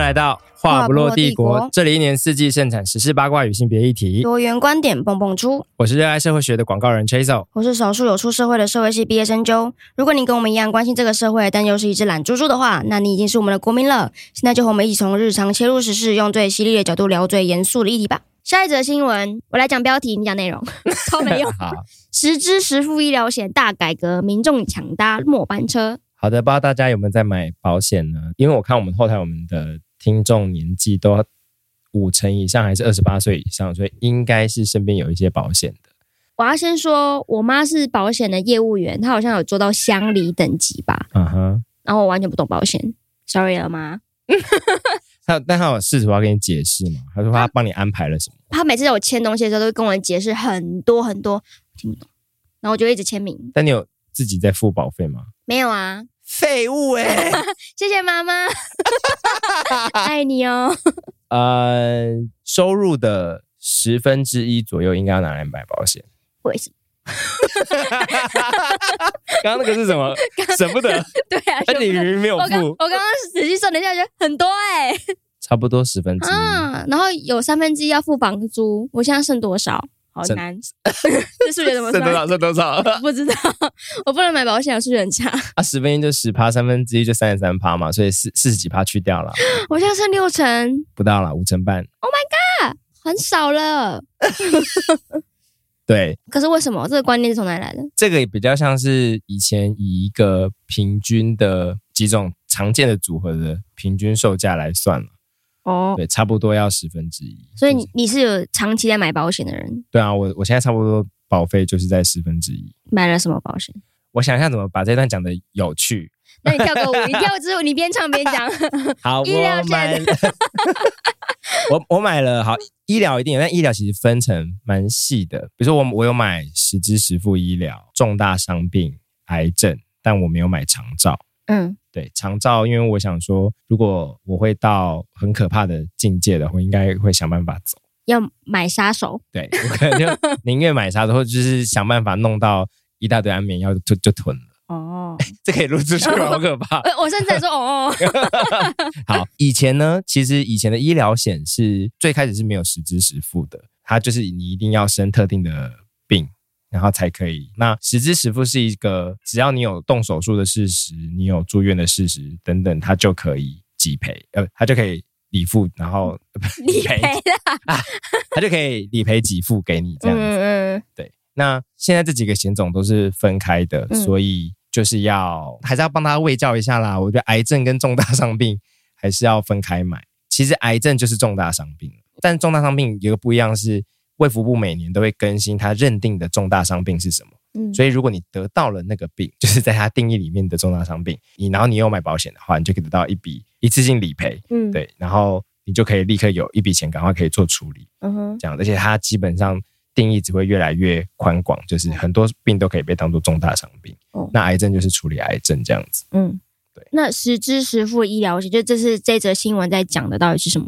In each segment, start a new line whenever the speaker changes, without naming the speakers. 来到话不落帝国，这里一年四季盛产时事八卦与性别议题。
多元观点蹦蹦出。
我是热爱社会学的广告人 Chaso，。
我是少数有出社会的社会系毕业生啾。如果你跟我们一样关心这个社会，但又是一只懒猪猪的话，那你已经是我们的国民了。现在就和我们一起从日常切入时事，用最犀利的角度聊最严肃的议题吧。下一则新闻，我来讲标题，你讲 内容，超没用
好
实支实付医疗险大改革，民众抢搭末班车。
好的，不知道大家有没有在买保险呢？因为我看我们后台我们的听众年纪都五成以上，还是二十八岁以上，所以应该是身边有一些保险的。
我要先说，我妈是保险的业务员，她好像有做到乡里等级吧，
嗯哼，
然后我完全不懂保险，sorry 了妈。
他但他有试图要跟你解释嘛？他说他帮你安排了什么？
她每次在我签东西的时候，都会跟我解释很多很多，我听不懂，然后我就一直签名。
但你有自己在付保费吗？
没有啊，
废物哎、
谢谢妈 妈，爱你哦。
呃，收入的十分之一左右应该要拿来买保险。
我也是，
刚刚那个是什么？舍不 得，
对啊，
但你明明没有
我刚我
付，
刚刚仔细算了一下，觉得很多哎、
差不多十分之一。
啊，然后有三分之一要付房租，我现在剩多少？好
剩
难，这数学怎么
剩多
算？
少？剩多少？
不知道，我不能买保险，我数学很差。
啊，十分之一就十趴，三分之一就三十三趴嘛，所以四四十几趴去掉了，
我现在剩六成，
不到了五成半。
很少了。
对，
可是为什么这个观念是从哪里来的？
这个也比较像是以前以一个平均的几种常见的组合的平均售价来算了，
哦，
对，差不多要十分之一。
所以你你是有长期在买保险的人，
对啊，我我现在差不多保费就是在十分之一。
买了什么保险？
我想一下怎么把这段讲的有趣。
那你跳个舞，你跳之后你边唱边讲。
好，
医疗
我买了， 我我买了好医疗一定有，但医疗其实分成蛮细的。比如说我我有买实支实付医疗、重大伤病、癌症，但我没有买长照。
嗯，
对长照，因为我想说，如果我会到很可怕的境界的，我应该会想办法走。
要买杀手，
对我可能就宁愿买啥，然后就是想办法弄到一大堆安眠药就就吞了。
哦，
这可以录出去吗？好可怕！
呃我我甚至还说哦，
好，以前呢，其实以前的医疗险是最开始是没有实支实付的，它就是你一定要生特定的病，然后才可以。那实支实付是一个，只要你有动手术的事实，你有住院的事实等等，它就可以给赔，呃，它就可以理付，然后
理赔的，
它就可以理赔给付给你这
嗯
样子。
嗯
对，那现在这几个险种都是分开的，
嗯
所以就是要还是要帮他卫教一下啦。我觉得癌症跟重大伤病还是要分开买。其实癌症就是重大伤病，但重大伤病有一个不一样是，卫福部每年都会更新它认定的重大伤病是什么。
嗯，
所以如果你得到了那个病，就是在它定义里面的重大伤病，你然后你有买保险的话，你就可以得到一笔一次性理赔，
以嗯，
对，然后你就可以立刻有一笔钱，赶快可以做处理。
嗯哼，
这样，而且它基本上定义只会越来越宽广，就是很多病都可以被当做重大伤病。
哦
那癌症就是处理癌症这样子。
嗯，
对。
那实支实付医疗险，就这是这则新闻在讲的到底是什么？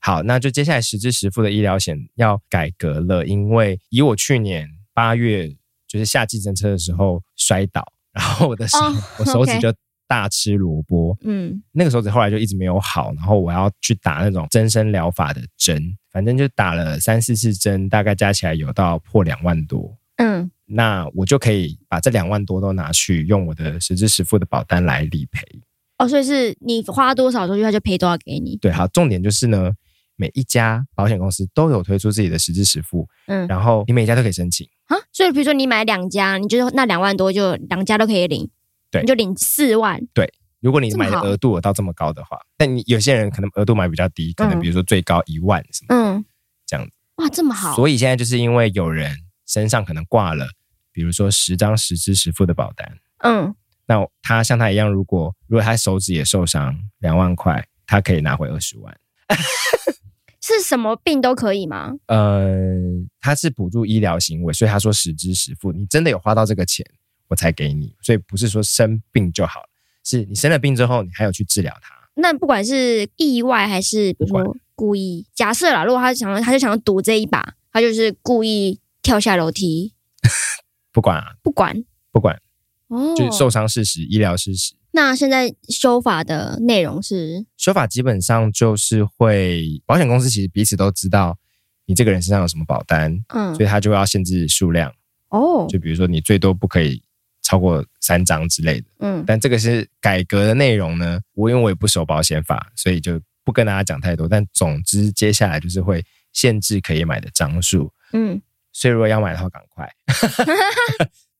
好，那就接下来实支实付的医疗险要改革了，因为以我去年八月就是下计程车的时候摔倒，然后我的手、
哦
我手指
OK
就大吃萝卜，
嗯
那个手指后来就一直没有好，然后我要去打那种增生疗法的针，反正就打了三四次针，大概加起来有到破两万多。
嗯
那我就可以把这两万多都拿去用我的实支实付的保单来理赔。
哦，所以是你花多少出去，他就赔多少给你。
对，好，重点就是呢，每一家保险公司都有推出自己的实支实付，
嗯
然后你每一家都可以申请。
啊，所以比如说你买两家，你就是那两万多就两家都可以领，
对
你就领四万。
如果你买
这
的
么好
额度有到这么高的话，但你有些人可能额度买比较低，可能
嗯
比如说最高一万什么
嗯，
这样子。
哇，这么好。
所以现在就是因为有人身上可能挂了，比如说十张实支实付的保单，
嗯，
那他像他一样，如果如果他手指也受伤两万块，他可以拿回二十万。
是什么病都可以吗？
呃，他是补助医疗行为，所以他说实支实付，你真的有花到这个钱，我才给你，所以不是说生病就好了，是你生了病之后，你还有去治疗它。
那不管是意外还是比如
不
说故意，假设啦，如果他想要，他就想要赌这一把，他就是故意跳下楼梯，
不管啊，
不管
不管，
哦，
就是受伤事实、医疗事实，
那现在修法的内容是
修法基本上就是会，保险公司其实彼此都知道你这个人身上有什么保单，
嗯
所以他就要限制数量，
哦
就比如说你最多不可以超过三张之类的。
嗯
但这个是改革的内容呢，我因为我也不熟保险法，所以就不跟大家讲太多。但总之，接下来就是会限制可以买的张数，
嗯，
所以如果要买的话，赶快。啊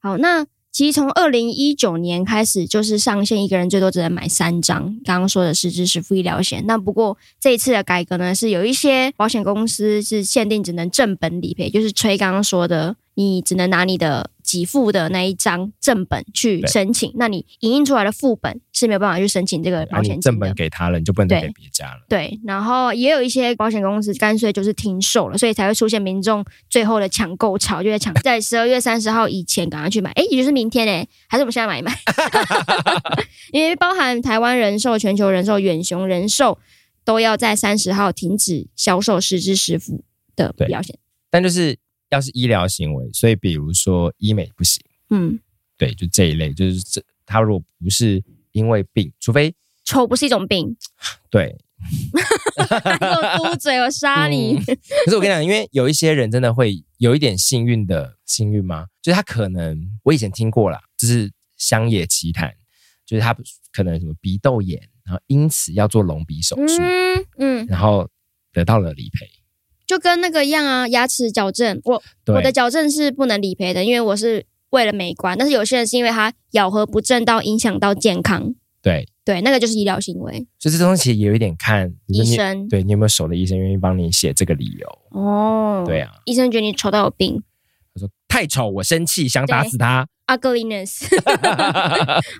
好，那其实从二零一九年开始，就是上限一个人最多只能买三张。刚刚说的实支实付医疗险，那不过这一次的改革呢，是有一些保险公司是限定只能正本理赔，就是崔刚刚说的，你只能拿你的给付的那一张正本去
对
申请，那你影印出来的副本是没有办法去申请这个
然
保
后
险
哦你
金
正
的
本。给他了，你就不能再
对
给别家了。
对，然后也有一些保险公司干脆就是停售了，所以才会出现民众最后的抢购潮，就在抢在十二月三十号以前赶快去买，诶，也就是明天诶，还是我们现在买一 买？因为包含台湾人寿、全球人寿、远雄人寿都要在三十号停止销售实支实付的
对
表险。
但就是要是医疗行为，所以比如说医美不行，
嗯，
对，就这一类，就是这他如果不是因为病，除非
丑不是一种病，
对。
还给我嘟嘴，我杀 你！
哦可是我跟你讲，因为有一些人真的会有一点幸运的幸运吗？就是他可能我以前听过啦，就是乡野奇谈，就是他可能什么鼻窦炎，然后因此要做隆鼻手术，
嗯嗯，
然后得到了理赔。
就跟那个一样啊，牙齿矫正，我我的
对，
矫正是不能理赔的，因为我是为了美观。但是有些人是因为他咬合不正到影响到健康，
对，
对，那个就是医疗行为。
所以这东西其实也有一点看比如说
医
你
生
对你有没有熟的医生愿意帮你写这个理由？
哦，
对，啊，
医生觉得你丑到有病
他说太丑，我生气，想打死他。
，ugliness。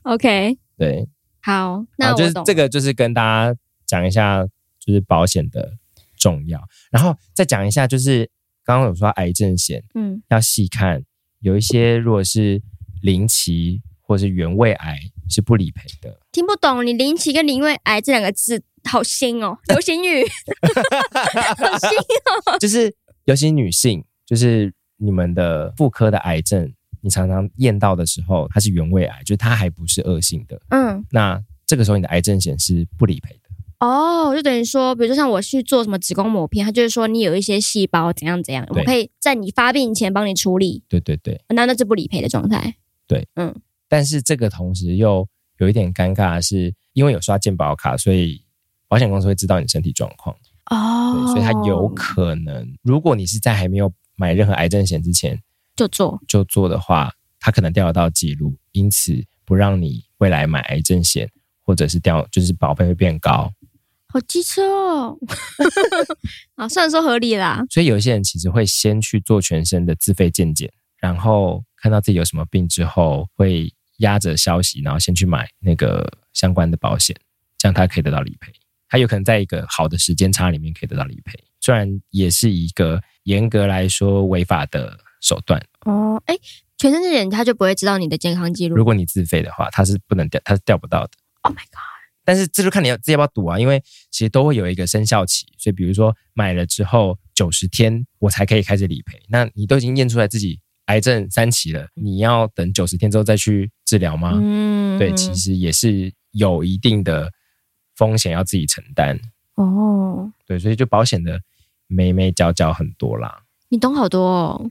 OK，
对，
好，
然
那
后就
我
是
懂。
这个，就是跟大家讲一下，就是保险的重要，然后再讲一下，就是刚刚有说癌症险
嗯
要细看，有一些如果是零期或是原位癌是不理赔 的，
听不懂你零期跟零位癌这两个字。好新哦，流行 语，好新
就是尤其女性，就是你们的妇科的癌症，你常常验到的时候，它是原位癌，就是它还不是恶性的，
嗯，
那这个时候你的癌症险是不理赔的。
哦，就等于说，比如说像我去做什么子宫抹片，它就是说你有一些细胞怎样怎样，我
对
可以在你发病前帮你处理，
对对对。
那那是不理赔的状态。
但是这个同时又有一点尴尬的是，因为有刷健保卡，所以保险公司会知道你身体状况，对，
哦，
所以它有可能，如果你是在还没有买任何癌症险之前
就做
就做的话，它可能调得到记录，因此不让你未来买癌症险，或者是调就是保费会变高，
好机车 哦。啊，虽然说合理啦，
所以有一些人其实会先去做全身的自费健检，然后看到自己有什么病之后，会压着消息，然后先去买那个相关的保险，这样他可以得到理赔。他有可能在一个好的时间差里面可以得到理赔，虽然也是一个严格来说违法的手段。
哦，哎，全身健检他就不会知道你的健康记录。
如果你自费的话，他是不能调，他是调不到的。
嗯 Oh my god！
但是这就看你要自己要不要赌啊，因为其实都会有一个生效期，所以比如说买了之后九十天我才可以开始理赔，那你都已经验出来自己癌症三期了，你要等九十天之后再去治疗吗？
嗯
啊对，其实也是有一定的风险要自己承担，
哦，
对，所以就保险的眉眉角角很多啦，
你懂好多哦。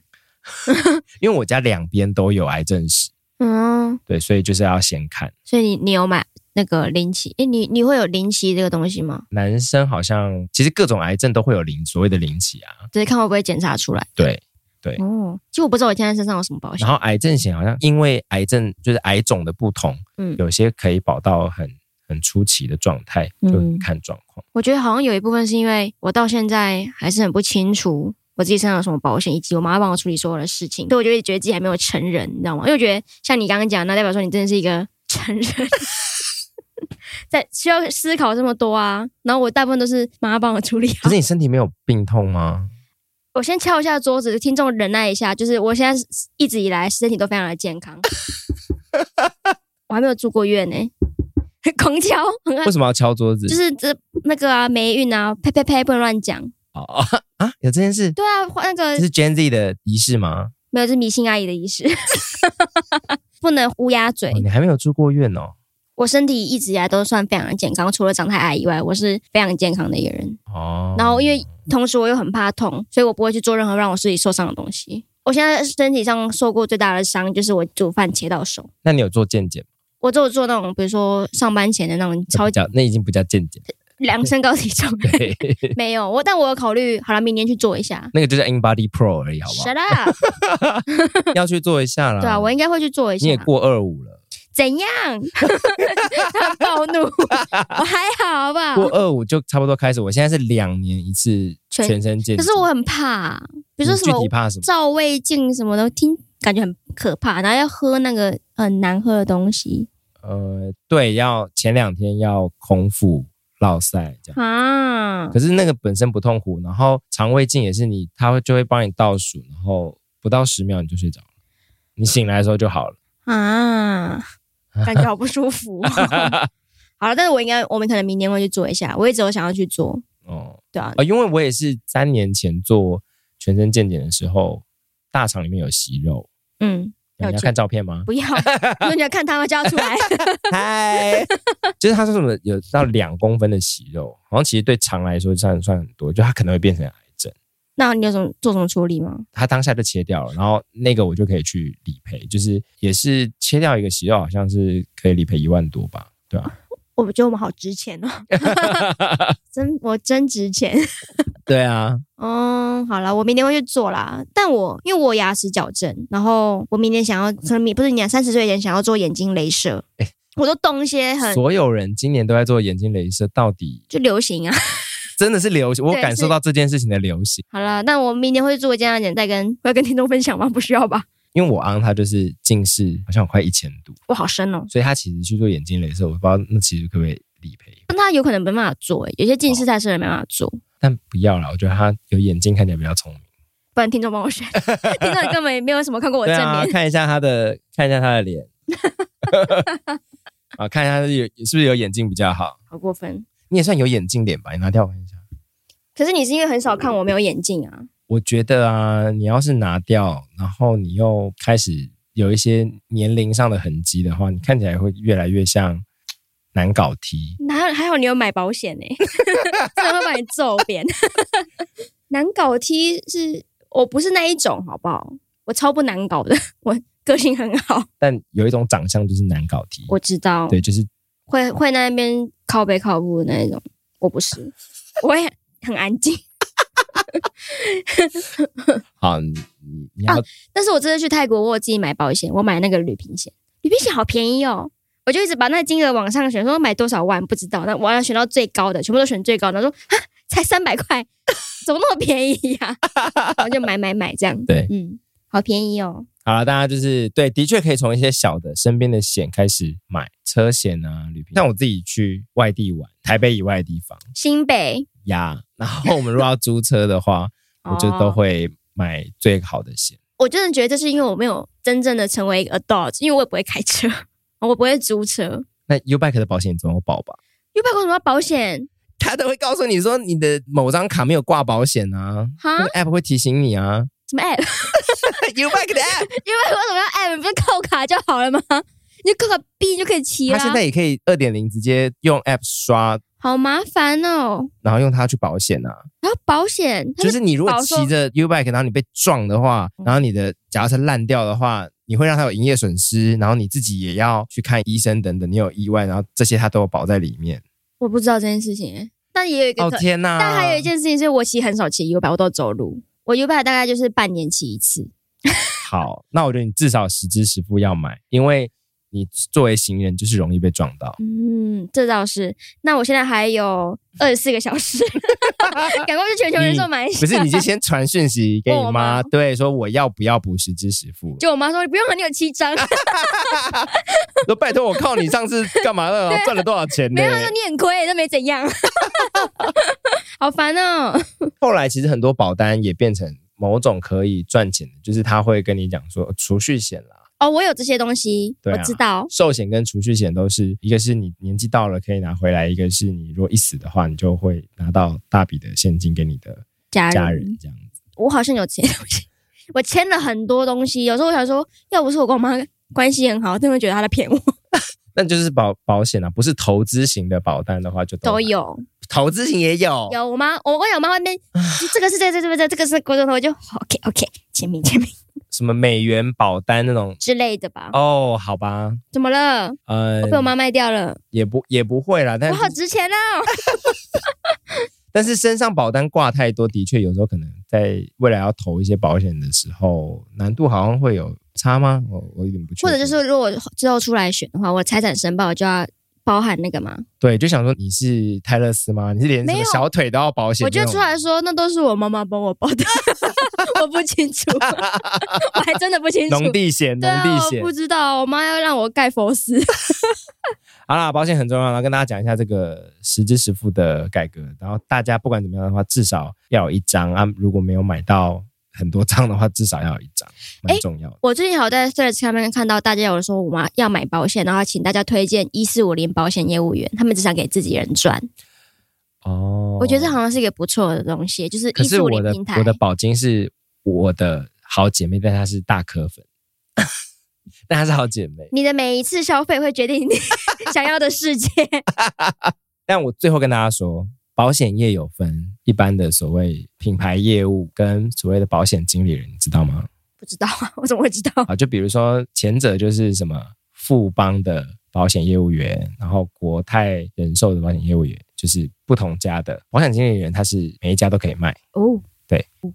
因为我家两边都有癌症史，
嗯，
对，所以就是要先看。
所以你你有买那个零期？哎，你你会有零期这个东西吗？
男生好像其实各种癌症都会有零所谓的零期啊，
只是看会不会检查出来。
对，对
哦，其实我不知道我现在身上有什么保险
然。后癌症险好像因为癌症就是癌种的不同，
嗯，
有些可以保到很很出奇的状态，
嗯
就很看状况。
我觉得好像有一部分是因为我到现在还是很不清楚我自己身上有什么保险，以及我妈帮我处理所有的事情，所以我就一直觉得自己还没有成人，你知道吗？因为我觉得像你刚刚讲，那代表说你真的是一个成人， 在需要思考这么多啊。然后我大部分都是妈妈帮我处理
可
好
是。你身体没有病痛吗？
我先敲一下桌子，听众忍耐一下，就是我现在一直以来身体都非常的健康，我还没有住过院呢、 狂敲，很爱
为什么要敲桌子？
就是这那个啊霉运啊，呸呸呸，不能乱讲。
哦哦啊，有这件事？
对啊，那个
这是 Gen Z 的仪式吗？
没 有，这是迷信阿姨的仪式，不能乌鸦嘴
哦。你还没有住过院哦？
我身体一直以来都算非常的健康，除了长太矮以外，我是非常健康的一个人。
哦
然后因为同时我又很怕痛，所以我不会去做任何让我自己受伤的东西。我现在身体上受过最大的伤就是我煮饭切到手，
那你有做健检吗？
我只有做那种比如说上班前的那种
那
超
不
级
叫那已经不叫健检，
量身高体重，
对，
没有我，但我有考虑，好了，明年去做一下。
那个就叫 InBody Pro 而已，好不好？
Shut up！
要去做一下啦。
啊对啊，我应该会去做一
你也
下。
过二五了，
怎样？他暴怒，啊我还好，好不
过
好？
二五就差不多开始。我现在是两年一次
全
全身健检，
可是我很怕，比如说
你
什么
具体怕什么？
照胃镜什么的，听感觉很可怕，然后要喝那个很难喝的东西
呃，对，要前两天要空腹落塞这样。
啊。
可是那个本身不痛苦，然后肠胃镜也是你，它会就会帮你倒数，然后不到十秒你就睡着了，你醒来的时候就好了。
啊，感觉好不舒服、好了，但是我应该，我们可能明年会去做一下。我一直有想要去做，
哦，
对啊，
啊，因为我也是三年前做全身健检的时候，大肠里面有息肉，
嗯，
你要
了解
看照片吗？
不要，因为你要看他们就要出 来。
嗨，就是他说什么有到两公分的息肉，好像其实对肠来说算算很多，就它可能会变成癌症。
那你有什么做什么处理吗？
他当下就切掉了，然后那个我就可以去理赔，就是也是切掉一个息肉，好像是可以理赔一万多吧，对吧、
我觉得我们好值钱哦，真我真值钱。
对啊，
嗯，好了，我明年会去做啦。但我因为我有牙齿矫正，然后我明年想要，
嗯
可能明不是你三十岁前想要做眼睛镭射，我都动一些很
哎所有人今年都在做眼睛镭射，到底
就流行啊。
真的是流行？我
对
感受
是
到这件事情的流行，
好了，那我明年会去做健康检，再跟会跟听众分享吗？不需要吧？
因为我昂他就是近视，好像有快一千度，
我好深哦。
所以他其实去做眼睛镭射，我不知道那其实可不可以理赔，
但他有可能没办法做、欸，有些近
哦
视太深了没办法做，
但不要啦，我觉得他有眼睛看起来比较聪明。
不然听众帮我选， 听众根本也没有什么看过我
对
正面
啊，。看一下他的，看一下他的 脸，啊，看一下他有是不是有眼镜比较好。
好过分。
你也算有眼镜脸吧？你拿掉我看一下。
可是你是因为很少看我没有眼镜啊，
我觉得啊，你要是拿掉，然后你又开始有一些年龄上的痕迹的话，你看起来会越来越像难搞 T。
哪有还好你有买保险呢、 欸，真的会把你揍扁。 难搞 T 是我不是那一种，好不好？我超不难搞的， 我个性很好，
但有一种长相就是难搞 T，
我知道
对，就是
会会那边靠北靠步的那一种，我不是，我也很安静。
好，你你你要、
但是我这次去泰国，我有自己买保险，我买那个旅行险，旅行险好便宜哦。我就一直把那个金额往上选，说买多少万不知道，那我要选到最高的，全部都选最高的。他说啊，才三百块， 怎么那么便宜呀、 然后就买买买这样。
对
嗯，好便宜哦。
好了，大家就是对，的确可以从一些小的身边的险开始买车险啊、旅行。像我自己去外地玩，台北以外的地方
新北，
呀，然后我们如果要租车的话，我就都
哦。
会买最好的险。
我真的觉得这是因为我没有真正的成为一个 adult，因为我也不会开车， 我不会租车。
那 U Bike 的保险总有保吧？
又包括什么保险
他都会告诉你说你的某张卡没有挂保险啊，
哈
那个？app 会提醒你啊。
什么 app？
U Bike 的 app，
因为为什么要 app？不是扣卡就好了吗？你就扣个币就可以骑啦。
他现在也可以二点零直接用 app 刷，
好麻烦哦。
然后用它去保险啊。
然后保险，它
就是你如果
保嗯说
骑着 U Bike，然后你被撞的话，然后你的假如车烂掉的话，你会让它有营业损失，然后你自己也要去看医生等等，你有意外，然后这些它都有保在里面。
我不知道这件事情耶，但也有一个
哦
可，
天哪！
但还有一件事情是我骑很少骑 U 拜，我都走路。我 U 拜大概就是半年骑一次，
好，那我觉得你至少十之十付要买，因为你作为行人就是容易被撞 到。
嗯，这倒是。那我现在还有二十四个 小时，赶快去全球人寿买一下。
不是，你就先传讯息给你
问我
妈，
妈
对，说我要不要补十之十付？
就我妈说不用了，你有七 张，
说拜托我靠，你上次干嘛 了？赚了多少钱呢
啊没？有，她说你很亏，那没 怎样，好烦哦。
后来其实很多保单也变成某种可以赚钱的，就是他会跟你讲说储蓄险啦。
哦，我有这些东西，
对啊
我知道。
寿险跟储蓄险都是一个是你年纪到了可以拿回来，一个是你如果一死的话，你就会拿到大笔的现金给你的
家
家人这样子。
我好像有签东西，我签了很多东西。有时候我想说，要不是我跟我妈关系很好，真的会觉得她在骗我。
那就是保保险啊，不是投资型的保单的话就
都
买，
有
投资型也有，
有我妈，我我有妈那边，这个是这个这个这个这个是国中头，我就 OK OK 签名签名
什么美元保单那种。
之类的吧。
哦，好吧，
怎么了？
呃
我，被我妈卖掉了，
也不也不会啦，但
我
是
好值钱哦。
但是身上保单挂太多，的确有时候可能在未来要投一些保险的时候，难度好像会有差吗？我我有点不确定。
或者就是如果之后出来选的话，我财产申报就要包含那个嘛。
对，就想说你是泰勒斯吗？你是连什
没
么
有
小腿都要保险
我
那种？
就出来说，那都是我妈妈帮我包的，我不清楚，我还真的不清楚。
农地险，
对
农
啊，
地
我
险
不。知道，我妈要让我盖佛寺。
好啦，保险很重要，然后跟大家讲一下这个实支实付的改革。然后大家不管怎么样的话，至少要有一张啊。如果没有买到很多张的话，至少要有一张，蛮
诶
重要的。
我最近好在 Threads 上面看到大家有说我妈要买保险，然后请大家推荐一四五零保险业务员，他们只想给自己人赚。
哦，
我觉得这好像是一个不错的东西，就是
可
一
是
四五
我
零
的
平台
我。的保金是我的好姐妹，但她是大科 粉，但她是好姐妹。
你的每一次消费会决定你 想要的世界。
但我最后跟大家说，保险业有分一般的所谓品牌业务跟所谓的保险经理人，你知道吗？
不知道啊，我怎么会知道？
啊，就比如说前者就是什么富邦的保险业务员，然后国泰人寿的保险业务员，就是不同家的保险经理人，他是每一家都可以卖。
哦，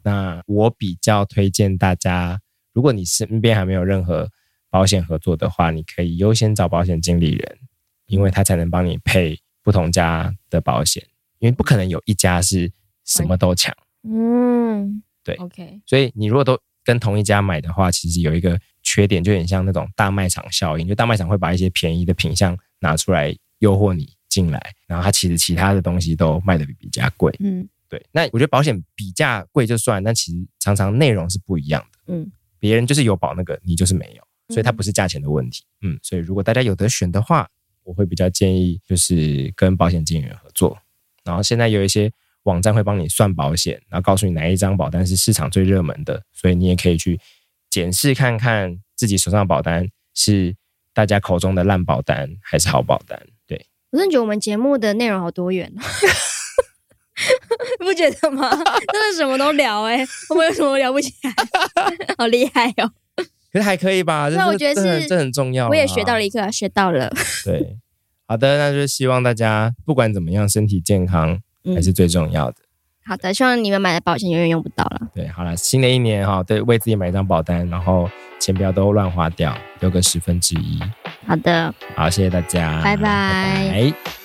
那我比较推荐大家，如果你身边还没有任何保险合作的话，你可以优先找保险经理人，因为他才能帮你配不同家的保险，因为不可能有一家是什么都抢。
嗯，
对
，OK，
所以你如果都跟同一家买的话，其实有一个缺点，就有点像那种大卖场效应，就大卖场会把一些便宜的品相拿出来诱惑你进来，然后它其实其他的东西都卖的比比价贵。
嗯，
对，那我觉得保险比价贵就算，但其实常常内容是不一样的。
嗯
嗯，别人就是有保那个，你就是没有，所以它
嗯
不是价钱的问题。嗯，所以如果大家有得选的话，我会比较建议就是跟保险经纪人合作。然后现在有一些网站会帮你算保险，然后告诉你哪一张保单是市场最热门的，所以你也可以去检视看看自己手上的保单是大家口中的烂保单还是好保单。对，
我真的觉得我们节目的内容好多元哦， 不觉得吗？ 真的什么都聊哎、我们有什么聊不起来？ 好厉害哦！
可是还可以吧？这
那我
这
觉得
这很
是
这很重要啦。啊
我也学到了一课，学到了。
对， 好的，那就希望大家不管怎么样，身体健康还是最重要的。
好的，希望你们买的保险永远用不到了。
对，好了，新的一年哈，对，为自己买一张保单，然后钱不要都乱花掉，留个十分之一。
好的。
好，谢谢大家，
拜拜
拜拜